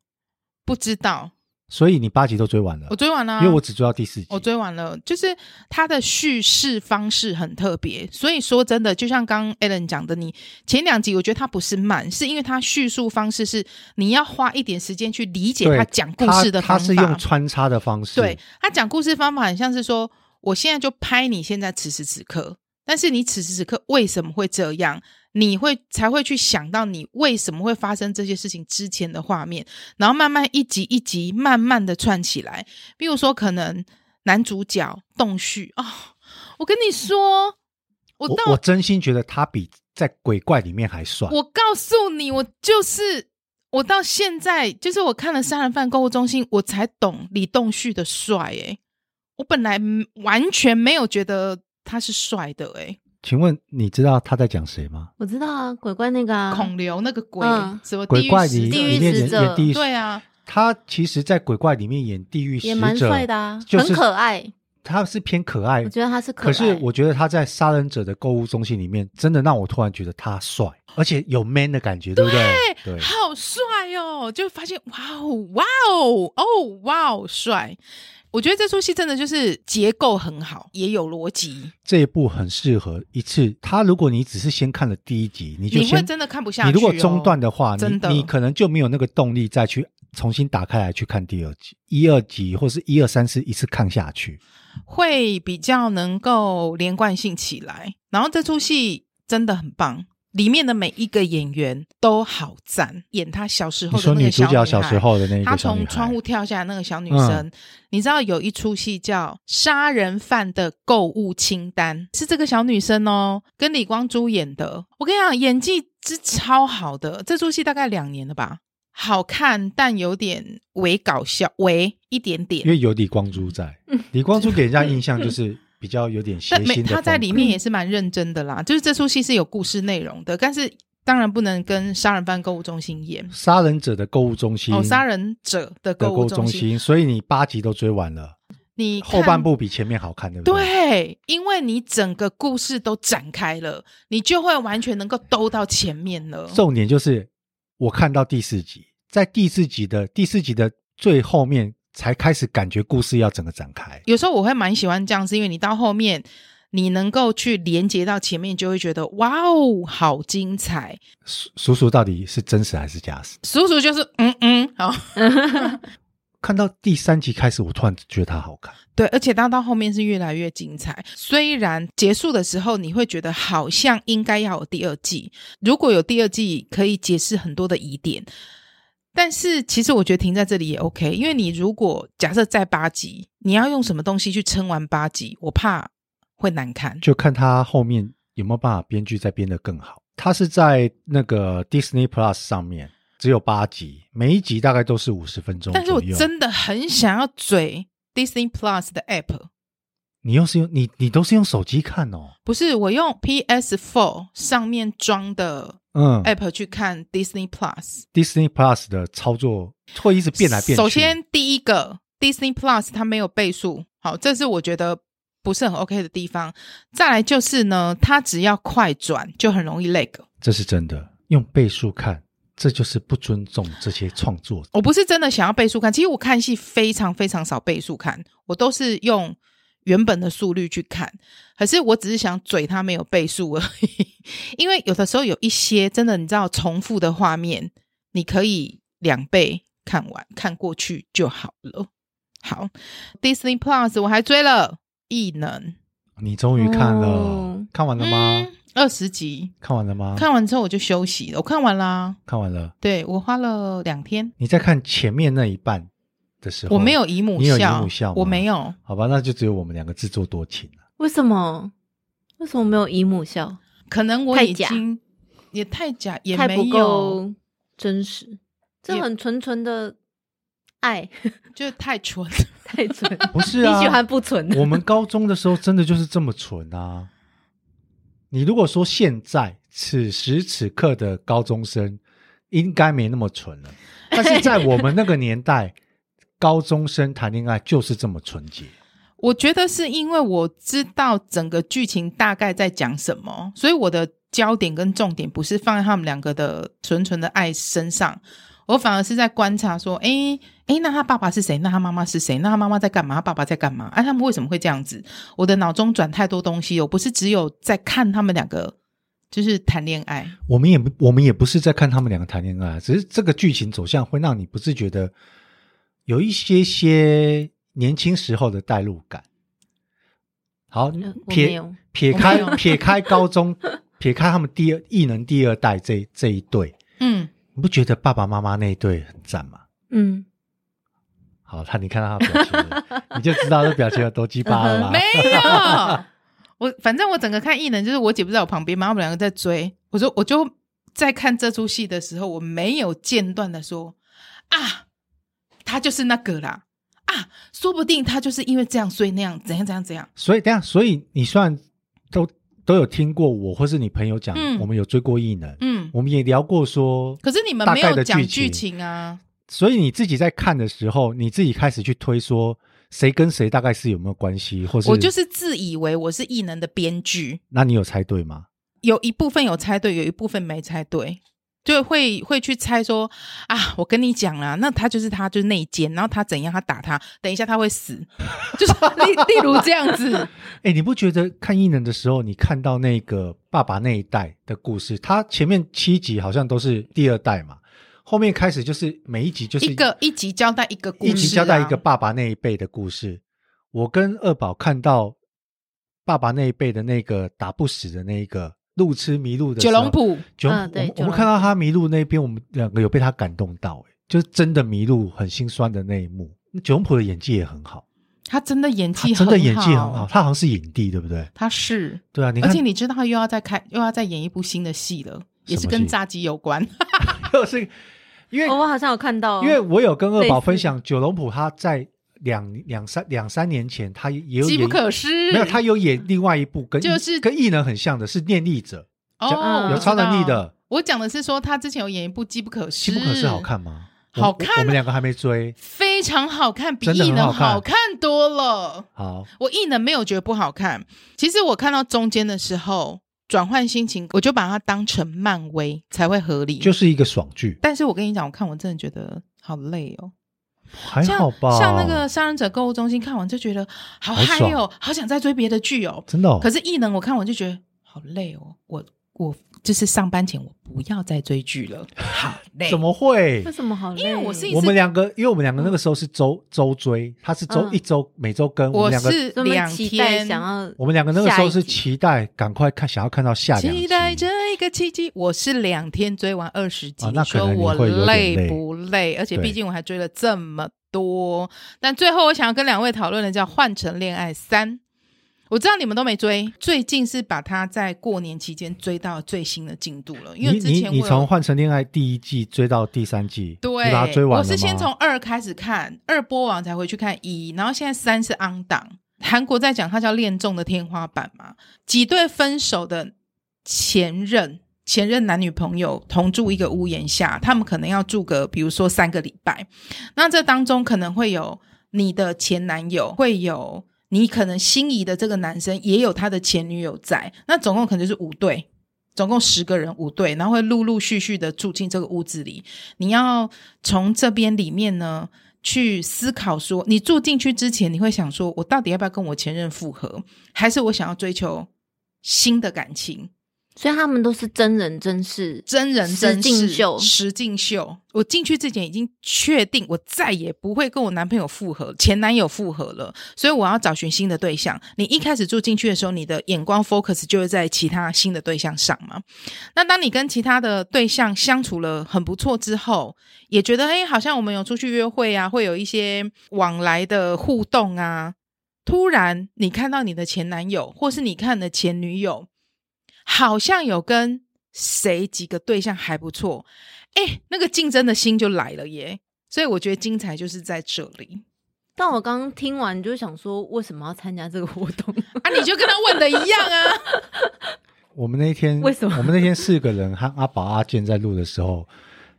S2: 不知道。
S1: 所以你八集都追完了
S2: 我。追完了啊、
S1: 因为我只追到第四集，
S2: 我追完了，就是它的叙事方式很特别，所以说真的，就像刚刚 Alan 讲的，你前两集我觉得它不是慢，是因为它叙述方式是你要花一点时间去理解
S1: 对
S2: 他讲故事的
S1: 他
S2: 方
S1: 他是用
S2: 法。
S1: 穿插的方式，
S2: 对，他讲故事方法很像是说，我现在就拍你现在此时此刻，但是你此时此刻为什么会这样？你会才会去想到你为什么会发生这些事情之前的画面，然后慢慢一集一集慢慢的串起来。比如说，可能男主角洞旭哦，我跟你说，我
S1: 我
S2: 到
S1: 我真心觉得他比在鬼怪里面还帅。
S2: 我告诉你，我就是我到现在，就是我看了《杀人犯购物中心》，我才懂李栋旭的帅诶、我本来嗯完全没有觉得他是帅的欸诶、
S1: 请问你知道他在讲谁吗？
S4: 我知道啊，鬼怪那个啊，
S2: 孔刘那个鬼、
S4: 嗯
S2: 什么地
S1: 鬼
S2: 狱
S1: 怪
S2: 使
S1: 里
S2: 者
S4: 地狱
S1: 里面演
S4: 使者
S1: 演地狱，
S2: 对，啊，
S1: 他其实，在鬼怪里面演地狱使者
S4: 也蛮帅的啊
S1: 就是
S4: 很可爱。
S1: 他是偏可爱，
S4: 我觉得他是可爱
S1: 可是我觉得他在《杀人者的购物中心》里面，真的让我突然觉得他帅，而且有 man 的感觉，对不对？对，
S2: 好帅哦！就发现哇哦哇哦哦哇哦帅！我觉得这出戏真的就是结构很好，也有逻辑，
S1: 这一部很适合一次。他如果你只是先看了第一集，你就
S2: 你会
S1: 先
S2: 真的看不下去、哦。
S1: 你如果中断的话，
S2: 真
S1: 你
S2: 的
S1: 你可能就没有那个动力再去重新打开来去看第二集、一二集或是一二三四一次看下去。
S2: 会比较能够连贯性起来。然后这出戏真的很棒，里面的每一个演员都好赞，演他小时
S1: 你
S2: 候的
S1: 说
S2: 那
S1: 女
S2: 个
S1: 主
S2: 小
S1: 角
S2: 孩
S1: 小时。候的那一
S2: 她
S1: 个小女孩
S2: 从
S1: 嗯
S2: 窗户跳下来那个小女生，你知道有一出戏叫《杀人犯的购物清单》，是这个小女生哦，跟李光洙演的。我跟你讲，演技之超好的，这出戏大概两年了吧，好看但有点微搞笑，微一点点
S1: 因。为有李光洙在，李光洙给人家印象就是比较有点邪
S2: 嗯但
S1: 心的
S2: 没
S1: 风格。
S2: 他在里面也是蛮认真的啦，就是这出戏是有故事内容的，但是当然不能跟杀人犯购物中心演
S1: 杀人者的购物中心
S2: 哦，杀人者的
S1: 的
S2: 购
S1: 购
S2: 物
S1: 物
S2: 中
S1: 中
S2: 心，
S1: 心，所以你八集都追完了，
S2: 你看
S1: 后半部比前面好看，对不对？
S2: 对，因为你整个故事都展开了，你就会完全能够兜到前面了。
S1: 重点就是我看到第四集，在第四集的第四集的最后面才开始感觉故事要整个展开。
S2: 有时候我会蛮喜欢这样，是因为你到后面。你能够去连接到前面，就会觉得哇哦，好精彩！
S1: 叔叔叔到底是真实还是假死？
S2: 叔叔就是嗯嗯，好
S1: 看到第三集开始，我突然觉得它好看。
S2: 对，而且它到后面是越来越精彩。虽然结束的时候你会觉得好像应该要有第二季，如果有第二季可以解释很多的疑点，但是其实我觉得停在这里也 OK，因为你如果假设在八集，你要用什么东西去撑完八集，我怕会难看。
S1: 就看他后面有没有办法编剧再编得更好。他是在那个 Disney Plus 上面，只有八集，每一集大概都是五十分钟
S2: 但是我
S1: 左右。
S2: 真的很想要嘴 Disney Plus 的 App，
S1: 你又是用你你都是用手机看哦，
S2: 不是我用 PS Four 上面装的
S1: 嗯
S2: App 去看 Disney Plus，
S1: ，Disney Plus 的操作会一直变来变去。
S2: 首先第一个 Disney Plus 它没有倍数，好，这是我觉得不是很 OK 的地方。再来就是呢，它只要快转就很容易 lag。
S1: 这是真的，用倍数看，这就是不尊重这些创作者。
S2: 我不是真的想要倍速看，其实我看戏非常非常少倍速看，我都是用原本的速率去看。可是我只是想嘴它没有倍速而已， 因为有的时候有一些真的你知道重复的画面，你可以两倍看完看过去就好了。好，Disney Plus 我还追了《异能
S1: 你终于看了，
S4: 哦
S1: 看完》了吗？啊
S2: 嗯？二十集，
S1: 看完了吗？
S2: 看完之后我就休息了。我看完啦，
S1: 看完了。
S2: 对我花了两天，
S1: 你在看前面那一半的时候，
S2: 我没有姨母
S1: 你有姨
S2: 笑，
S1: 母笑吗
S2: 我没有。
S1: 好吧，那就只有我们两个自作多情了。
S4: 为什么？为什么没有姨母笑？
S2: 可能我
S4: 太
S2: 已
S4: 假
S2: 经也太假，也
S4: 太
S2: 没
S4: 不
S2: 有，
S4: 够真实，这
S2: 也
S4: 很纯纯的爱，
S2: 就是太蠢。
S4: 太纯。
S1: 不是啊，
S4: 你喜欢不纯的？
S1: 我们高中的时候真的就是这么蠢啊！你如果说现在此时此刻的高中生，应该没那么蠢了，但是在我们那个年代，高中生谈恋爱就是这么纯洁。
S2: 我觉得是因为我知道整个剧情大概在讲什么，所以我的焦点跟重点不是放在他们两个的纯纯的爱身上，我反而是在观察说，诶诶，那他爸爸是谁？那他妈妈是谁？那他妈妈在干嘛？他爸爸在干嘛？哎、他们为什么会这样子？我的脑中转太多东西，我不是只有在看他们两个就是谈恋爱。
S1: 我们也不我们也不是在看他们两个谈恋爱，啊只是这个剧情走向会让你不自觉的有一些些年轻时候的代入感。好
S4: 嗯，我没
S1: 撇
S4: 有
S1: 撇
S2: 我没
S1: 开
S2: 有
S1: 撇开高中，撇开他们第二异能第二代这这一对，
S2: 嗯，
S1: 你不觉得爸爸妈妈那一对很赞吗？
S4: 嗯，
S1: 好，他你看到他的表情了，你就知道这表情有多鸡巴了吧？
S2: 嗯没 有，哎我反正我整个看艺人，就是我姐不在我旁边嘛，我们两个在追。我说，我就在看这出戏的时候，我没有间断的说啊，他就是那个啦，啊，说不定他就是因为这样所以那样，怎样怎样怎样。
S1: 所以等一下，所以你虽然都都有听过我或是你朋友讲，
S2: 嗯
S1: 我们有追过异能，
S2: 嗯，
S1: 我们也聊过说，
S2: 可是你们
S1: 大
S2: 没
S1: 概
S2: 有
S1: 的
S2: 讲
S1: 剧
S2: 剧情啊，
S1: 所以你自己在看的时候，你自己开始去推说谁跟谁大概是有没有关系，或是
S2: 我就是自以为我是艺能的编剧，
S1: 那你有猜对吗？
S2: 有一部分有猜对，有一部分没猜对，就会会去猜说啊，我跟你讲啦，那他就是他就是内奸，然后他怎样，他打他，等一下他会死，就是例例如这样子，
S1: 哎，你不觉得看异能的时候，你看到那个爸爸那一代的故事，他前面七集好像都是第二代嘛，后面开始就是每一集 就是
S2: 一个一集交代一个故
S1: 一
S2: 事、啊，
S1: 集交代一个爸爸那一辈的故事。我跟二宝看到爸爸那一辈的那个打不死的那一个路痴迷路的啊
S2: 九
S1: 时候
S2: 龙埔，
S1: 九龙
S4: 嗯
S1: 埔
S4: 对
S1: 我们
S4: 九
S1: 我们
S4: 龙
S1: 看到他迷路那边，我们两个有被他感动到、欸，就是真的迷路很心酸的那一幕。九龙埔的演技也很好，
S2: 他真的演
S1: 他
S2: 技
S1: 真的演技很好，
S2: 好，
S1: 他好像是影帝，对不对？
S2: 他是，
S1: 对啊，你
S2: 而
S1: 看
S2: 且你知道他又要再开又要再演一部新的戏了，也
S1: 什
S2: 是
S1: 么
S2: 跟
S1: 戏
S2: 炸鸡有关，
S1: 又是因为、
S4: 哦我好像有看到哦，
S1: 因为我有跟二
S4: 类
S1: 宝
S4: 似
S1: 分享，九龙埔他在两两三两三年前，他 也有
S2: 机
S1: 演
S2: 不可失。
S1: 没有，他有演另外一部跟
S2: 就是
S1: 跟异能很像的，是《念力者
S2: 哦，
S4: 有
S2: 我知
S1: 超能力
S2: 道
S1: 的。
S2: 我讲的是说，他之前有演一部《机不可》，失
S1: 机》，不可失》好看吗？我
S2: 好看啊
S1: 我，我们两个还没追。
S2: 非常好看，比
S1: 真的
S2: 异
S1: 很好
S2: 能
S1: 看
S2: 好看多了。
S1: 好，
S2: 我异能没有觉得不好看，其实我看到中间的时候转换心情，我就把它当成漫威才会合理。
S1: 就是一个爽剧，
S2: 但是我跟你讲，我看我真的觉得好累哦，
S1: 还
S2: 像
S1: 好吧？
S2: 像那个《杀人者购物中心》看完就觉得好
S1: 好
S2: 嗨
S1: 爽
S2: 哦，好想再追别的剧哦。
S1: 真的、哦，
S2: 可是异能我看完就觉得好累哦，我我就是上班前我不要再追剧了，好累。
S1: 怎么会
S4: 为？什么好累？
S2: 因为我是一
S1: 我们两个，因为我们两个那个时候是周周追，他是周、
S4: 嗯
S1: 一周每周更，我
S2: 我
S1: 们两个
S2: 是
S4: 所以我
S2: 两
S4: 们期待
S2: 天
S4: 想要
S1: 我们两个那个时候
S4: 下
S1: 是
S4: 一集
S1: 期待赶快看，想要看到下两集。
S2: 期待这那个契机，我是两天追完二十集，
S1: 啊
S2: 你
S1: 那可
S2: 说
S1: 能你
S2: 我
S1: 会有点累
S2: 不累？而且
S1: 对
S2: 毕竟我还追了这么多。但最后我想要跟两位讨论的叫《换乘恋爱三》，我知道你们都没追，最近是把它在过年期间追到最新的进度了，因为
S1: 你
S2: 之
S1: 你
S2: 前我
S1: 你
S2: 有
S1: 从《换成恋爱》第一季追到第三季，
S2: 对，
S1: 你把它追完了
S2: 我是
S1: 吗
S2: 先从二开始看，二播完才回去看一，然后现在三是 on 档。韩国在讲它叫恋综的天花板嘛，几对分手的前任、前任男女朋友同住一个屋檐下，他们可能要住个比如说三个礼拜，那这当中可能会有你的前男友，会有你可能心仪的这个男生，也有他的前女友在，那总共可能就是五对。总共十个人五对，然后会陆陆续续的住进这个屋子里。你要从这边里面呢去思考说，你住进去之前，你会想说我到底要不要跟我前任复合，还是我想要追求新的感情？
S4: 所以他们都是真人真事，
S2: 真人真事
S4: 实境秀
S2: 实境秀。我进去之前已经确定，我再也不会跟我男朋友复合，前男友复合了，所以我要找寻新的对象。你一开始住进去的时候，你的眼光 focus 就会在其他新的对象上嘛。那当你跟其他的对象相处了很不错之后，也觉得哎，好像我们有出去约会啊，会有一些往来的互动啊。突然，你看到你的前男友，或是你看的前女友，好像有跟谁几个对象还不错，哎，那个竞争的心就来了耶。所以我觉得精彩就是在这里
S4: 但我刚刚听完就想说，为什么要参加这个活 动？
S2: 啊！你就跟他问的一样啊，
S1: 我们那天
S4: 为什么
S1: 我们那天四个人和阿宝、阿健在录的时候，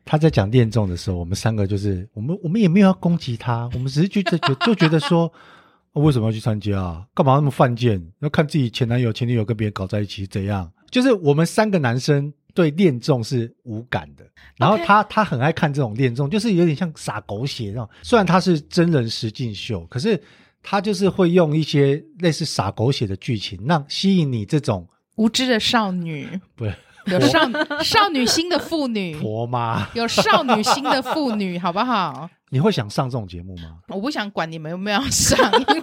S1: 他在讲恋综的时候，我们三个就是我们我们也没有要攻击他，我们只是就就 就就觉得说、啊为什么要去参加啊？干嘛那么犯贱？要看自己前男友、前女友跟别人搞在一起怎样？就是我们三个男生对恋综是无感的，然后
S2: OK
S1: 他他很爱看这种恋综，就是有点像撒狗血那种。虽然他是真人实境秀，可是。他就是会用一些类似撒狗血的剧情，让吸引你这种
S2: 无知的少女，
S1: 不是
S2: 有少少女心的妇女，
S1: 婆妈，
S2: 有少女心的妇女，好不好？
S1: 你会想上这种节目吗？
S2: 我不想管你们有没有要上，因为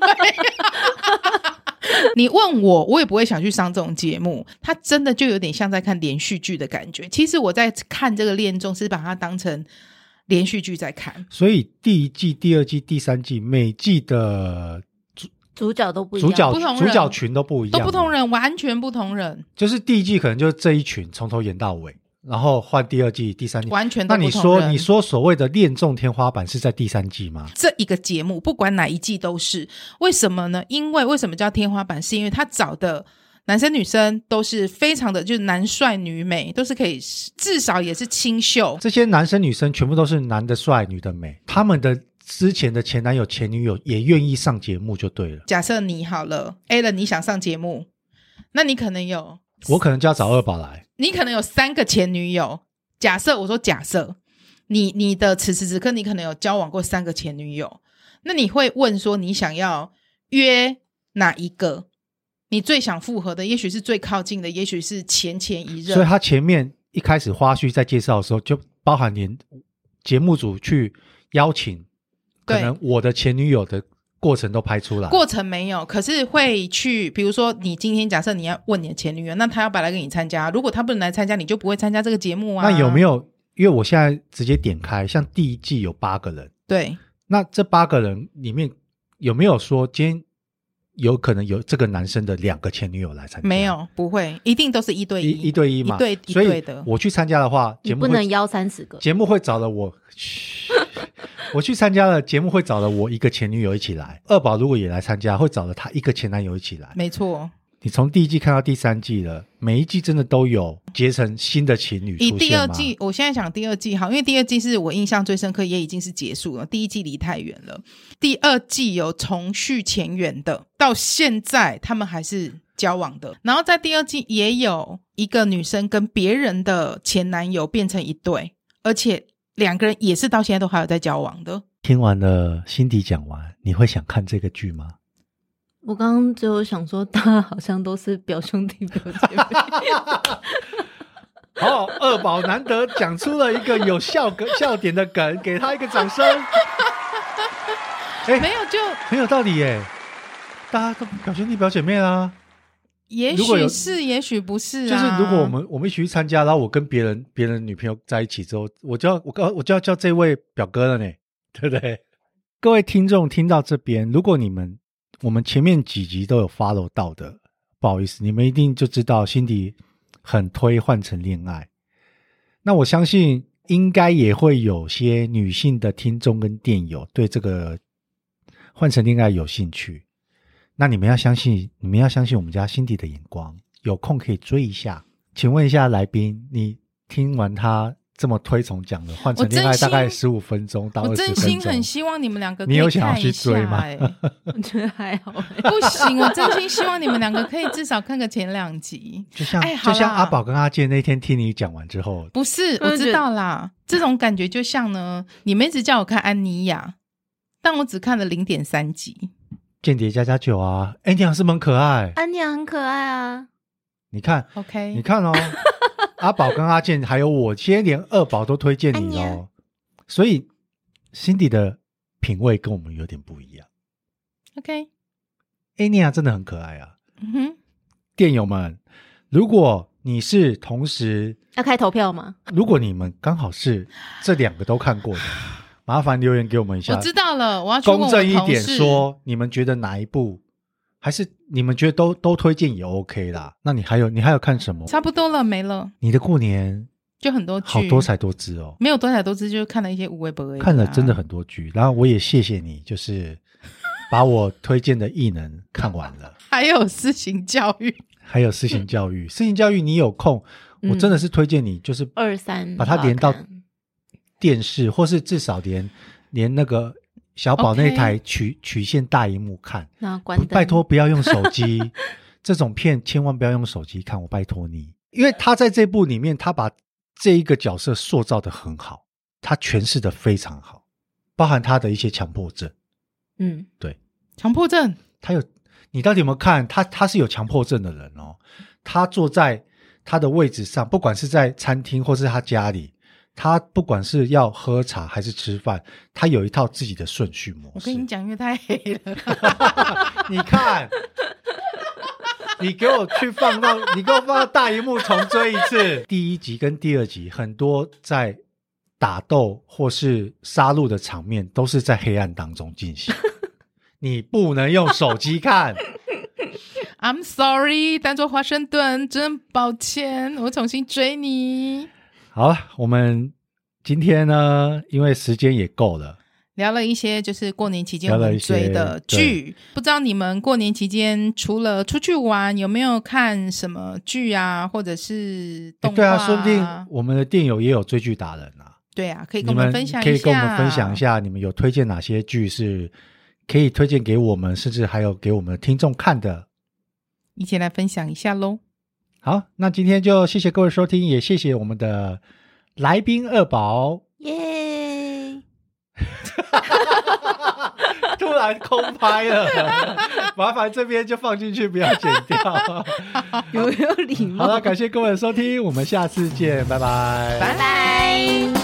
S2: 你问我，我也不会想去上这种节目。它真的就有点像在看连续剧的感觉。其实我在看这个恋综，是把它当成连续剧在看。
S1: 所以第一季、第二季、第三季，每季的
S4: 主角都不一样，
S1: 主角
S2: 不同人
S1: 主角群都不一样，哦
S2: 都不同。人，完全不同人，
S1: 就是第一季可能就是这一群从头演到尾，然后换第二季、第三季。
S2: 完全都
S1: 那
S2: 不同
S1: 你
S2: 人。
S1: 说，你说所谓的恋综天花板是在第三季吗？
S2: 这一个节目，不管哪一季都是为什么呢？因为为什么叫天花板？是因为他找的男生女生都是非常的，就是男帅女美，都是可以至少也是清秀。
S1: 这些男生女生全部都是男的帅，女的美，他们的之前的前男友、前女友也愿意上节目就对了。
S2: 假设你好了 a l a n 你想上节目，那你可能有，
S1: 我可能就要找二宝来，
S2: 你可能有三个前女友。假设我说假设，你你的此时此刻你可能有交往过三个前女友，那你会问说你想要约哪一个？你最想复合的，也许是最靠近的，也许是前前一
S1: 所以
S2: 任。
S1: 他前面一开始花絮在介绍的时候，就包含连节目组去邀请，可
S2: 对
S1: 能我的前女友的过程都拍出来。
S2: 过程没有，可是会去，比如说你今天假设你要问你的前女友，那她要不要来跟你参加？如果她不能来参加，你就不会参加这个节目啊。
S1: 那有没
S2: 有？
S1: 有？因为我现在直接点开，像第一季有八个人，
S2: 对，
S1: 那这八个人里面有没有说今天有可能有这个男生的两个前女友来参加？
S2: 没。有，不会，一定都是一对
S1: 一一对一嘛，
S2: 一对一
S1: 所
S2: 对
S1: 以
S2: 的。
S1: 我去参加的话，
S4: 你
S1: 节目
S4: 不
S1: 会
S4: 能邀三十个。
S1: 节目会找了我，嘘 我去参加了节目会找了我一个前女友一起来，二宝如果也来参加，会找了他一个前男友一起来。
S2: 没错，
S1: 你从第一季看到第三季了，每一季真的都有结成新的情侣
S2: 以
S1: 出
S2: 第二
S1: 现吗？
S2: 季，我现在想第二季好，因为第二季是我印象最深刻，也已经是结束了。第一季离太远了，第二季有重续前缘的，到现在他们还是交往的。然后在第二季也有一个女生跟别人的前男友变成一对，而且两个人也是到现在都还有在交往的。
S1: 听完了辛迪讲完，你会想看这个剧吗？
S4: 我刚刚只有想说，大家好像都是表兄弟表姐妹，
S1: 好，哦二宝难得讲出了一个有笑梗 笑点的梗，给他一个掌声。哎、
S2: 没有就
S1: 啊很有道理耶，大家都表兄弟表姐妹啦、
S2: 也
S1: 如果有
S2: 许是，也许不是、啊。
S1: 就是如果我们我们一起去参加，然后我跟别人别人女朋友在一起之后，我就要我告我就要叫这位表哥了呢， 对不对？各位听众听到这边，如果你们我们前面几集都有 follow 到的，不好意思，你们一定就知道辛迪很推换成恋爱。那我相信应该也会有些女性的听众跟电友对这个换成恋爱有兴趣。那你们要相信，你们要相信我们家辛迪的眼光，有空可以追一下。请问一下来宾，你听完他这么推崇讲的换成恋
S2: 我
S1: 爱
S2: 真
S1: 大
S2: 心
S1: 概十五分钟到
S2: 我
S1: 二十
S2: 真
S1: 分钟，
S2: 心很希望你们两个可
S1: 你
S2: 以
S1: 有想要
S2: 看一
S1: 去追
S2: 下
S1: 吗
S2: 欸
S4: 我觉得还好、欸。
S2: 不行，我真心希望你们两个可以至少看个前两集。
S1: 就像、
S2: 哎好
S1: 就
S2: 啦
S1: 像阿宝跟阿健那天听你讲完之后，
S2: 不是，
S4: 我
S2: 我
S4: 就觉
S2: 知
S4: 得
S2: 道啦，这种感觉就像呢，你们一直叫我看安妮亚，但我只看了零点三集。
S1: 间谍加加酒啊，哎、你好像是蛮可爱。
S2: 哎
S4: 安妮亚很可爱啊，
S1: 你看，
S2: OK，
S1: 你 看哦，阿宝跟阿健还有我，今天连二宝都推荐你
S4: 哎
S2: 啊
S1: 喽。所以辛迪的品味跟我们有点不一样。
S2: OK，
S1: 安妮亚真的很可爱啊，
S2: 嗯哼，
S1: 电友们，如果你是同时，
S4: 要开投票吗？
S1: 如果你们刚好是这两个都看 过的，麻烦留言给我们一下。
S2: 我知道了，我要去问
S1: 公
S2: 我同
S1: 正
S2: 事
S1: 一点，说，你们觉得哪一部，还是你们觉得都都推荐也 OK 啦？那你还有你还有看什么？
S2: 差不多了，没了，
S1: 你的过年
S2: 就很多剧，
S1: 好多才多姿哦，
S2: 没有多彩多姿，就是看了一些无微不
S4: 啊
S2: 啊微、
S1: 看了真的很多剧。然后我也谢谢你，就是把我推荐的异能看完 了，
S2: 还有私行教育，
S1: 还有私行教育，私行教育你有空，我真的是推荐你，就是
S4: 嗯二三
S1: 把它
S4: 都要
S1: 连到
S4: 看
S1: 电视，或是至少连连那个小宝那
S2: OK
S1: 台曲曲线大荧幕看。
S4: 那关
S1: 不
S4: 灯。
S1: 拜托不要用手 机，这种片千万不要用手机看，我拜托你，因为他在这部里面，他把这一个角色塑造的很好，他诠释的非常好，包含他的一些强迫症，
S4: 嗯，
S2: 强迫症，
S1: 他有你到底有没有看他？他是有强迫症的人哦，他坐在他的位置上，不管是在餐厅或是他家里。他不管是要喝茶还是吃饭，他有一套自己的顺序模式。
S2: 我跟你讲，因为太黑了，
S1: 你看，你给我去放到，你给我放到大荧幕重追一次。第一集跟第二集，很多在打斗或是杀戮的场面，都是在黑暗当中进 行。你不能用手机看，
S2: I'm sorry，当做华盛顿，真抱歉，我重新追你。
S1: 好了，我们今天呢，因为时间也够了，
S2: 聊了一些就是过年期间我
S1: 聊了
S2: 们
S1: 一些
S2: 追的剧，不知道你们过年期间除了出去玩，有没有看什么剧啊，或者是
S1: 诶
S2: 动画、
S1: 对啊，说不定我们的电友也有追剧达人啊。
S2: 对啊，可以
S1: 你
S2: 跟我们分享一下，
S1: 可以跟我们分享一。下，你们有推荐哪些剧是可以推荐给我们，甚至还有给我们的听众看的。
S2: 一起来分享一下喽。
S1: 好，那今天就谢谢各位收听，也谢谢我们的来宾二 宝，
S4: 耶！
S1: 突然空拍了，麻烦这边就放进去，不要剪 掉。
S4: 有没有礼
S1: 好
S4: 貌？
S1: 了，感谢各位的收听，我们下次见，拜拜，
S2: 拜
S4: 拜。